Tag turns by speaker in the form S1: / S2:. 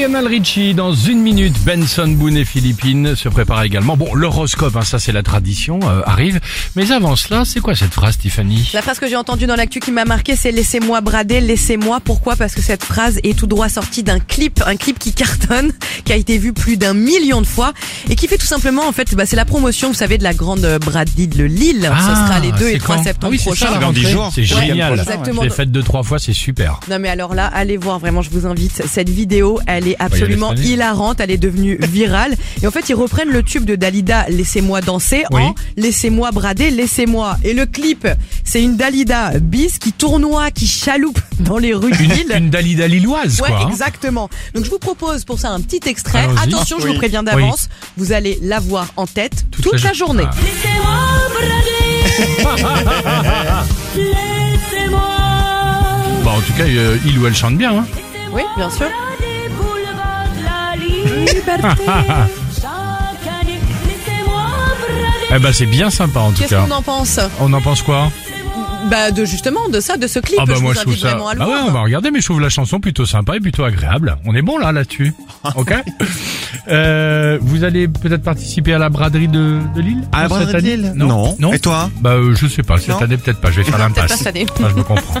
S1: Lionel Richie dans une minute, Benson Boone et Philippines se préparent également. Bon, l'horoscope, hein, ça c'est la tradition, euh, arrive. Mais avant cela, c'est quoi cette phrase, Tiffany
S2: La phrase que j'ai entendue dans l'actu qui m'a marqué, c'est laissez-moi brader, laissez-moi. Pourquoi Parce que cette phrase est tout droit sortie d'un clip, un clip qui cartonne, qui a été vu plus d'un million de fois et qui fait tout simplement, en fait, bah, c'est la promotion, vous savez, de la grande euh, braderie de Lille. Ce
S1: Ah,
S2: sera les 2 et 3 septembre prochains.
S1: prochain. Ah C'est
S2: Ouais,
S1: génial.
S2: exactement.
S1: Je l'ai faite deux, trois fois, c'est super.
S2: Non mais alors là, allez voir vraiment, je vous invite. Cette vidéo, elle est absolument
S1: cette année.
S2: hilarante, elle est devenue virale. Et en fait, ils reprennent le tube de Dalida, Laissez-moi danser,
S1: Oui.
S2: en Laissez-moi brader, laissez-moi. Et le clip, c'est une Dalida bis qui tournoie, qui chaloupe dans les rues de
S1: Une,
S2: l'île.
S1: une Dalida lilloise,
S2: Ouais,
S1: quoi. hein.
S2: exactement. Donc je vous propose pour ça un petit extrait.
S1: Allons-y.
S2: Attention, je vous préviens d'avance, vous allez l'avoir en tête toute, la,
S1: jo-
S2: journée.
S1: Ah.
S3: Laissez-moi brader. Laissez-moi.
S1: Bah, en tout cas, euh, il ou elle chante bien. Hein.
S2: Oui, bien sûr.
S3: Des boulevards de la liberté. Chacun dit, laissez-moi brader.
S1: Eh ben, c'est bien sympa en tout
S2: Qu'est-ce
S1: cas.
S2: qu'on en pense
S1: On en pense quoi
S2: Bah de justement de ça, de ce clip.
S1: Ah bah
S2: je
S1: moi
S2: vous
S1: je
S2: invite
S1: trouve ça.
S2: vraiment à le
S1: Ah ouais,
S2: voir.
S1: on va regarder, mais je trouve la chanson plutôt sympa et plutôt agréable. On est bon là là-dessus, ok Euh, Vous allez peut-être participer à la braderie de, de Lille
S4: À la
S1: cette
S4: braderie de
S1: année
S4: Lille
S1: non.
S4: Non.
S1: Non.
S4: Et toi
S1: Bah euh, je sais pas. Cette
S4: Non.
S1: année peut-être pas. Je vais faire
S2: Peut-être pas
S1: l'impasse.
S2: cette année.
S1: Ah, je me comprends.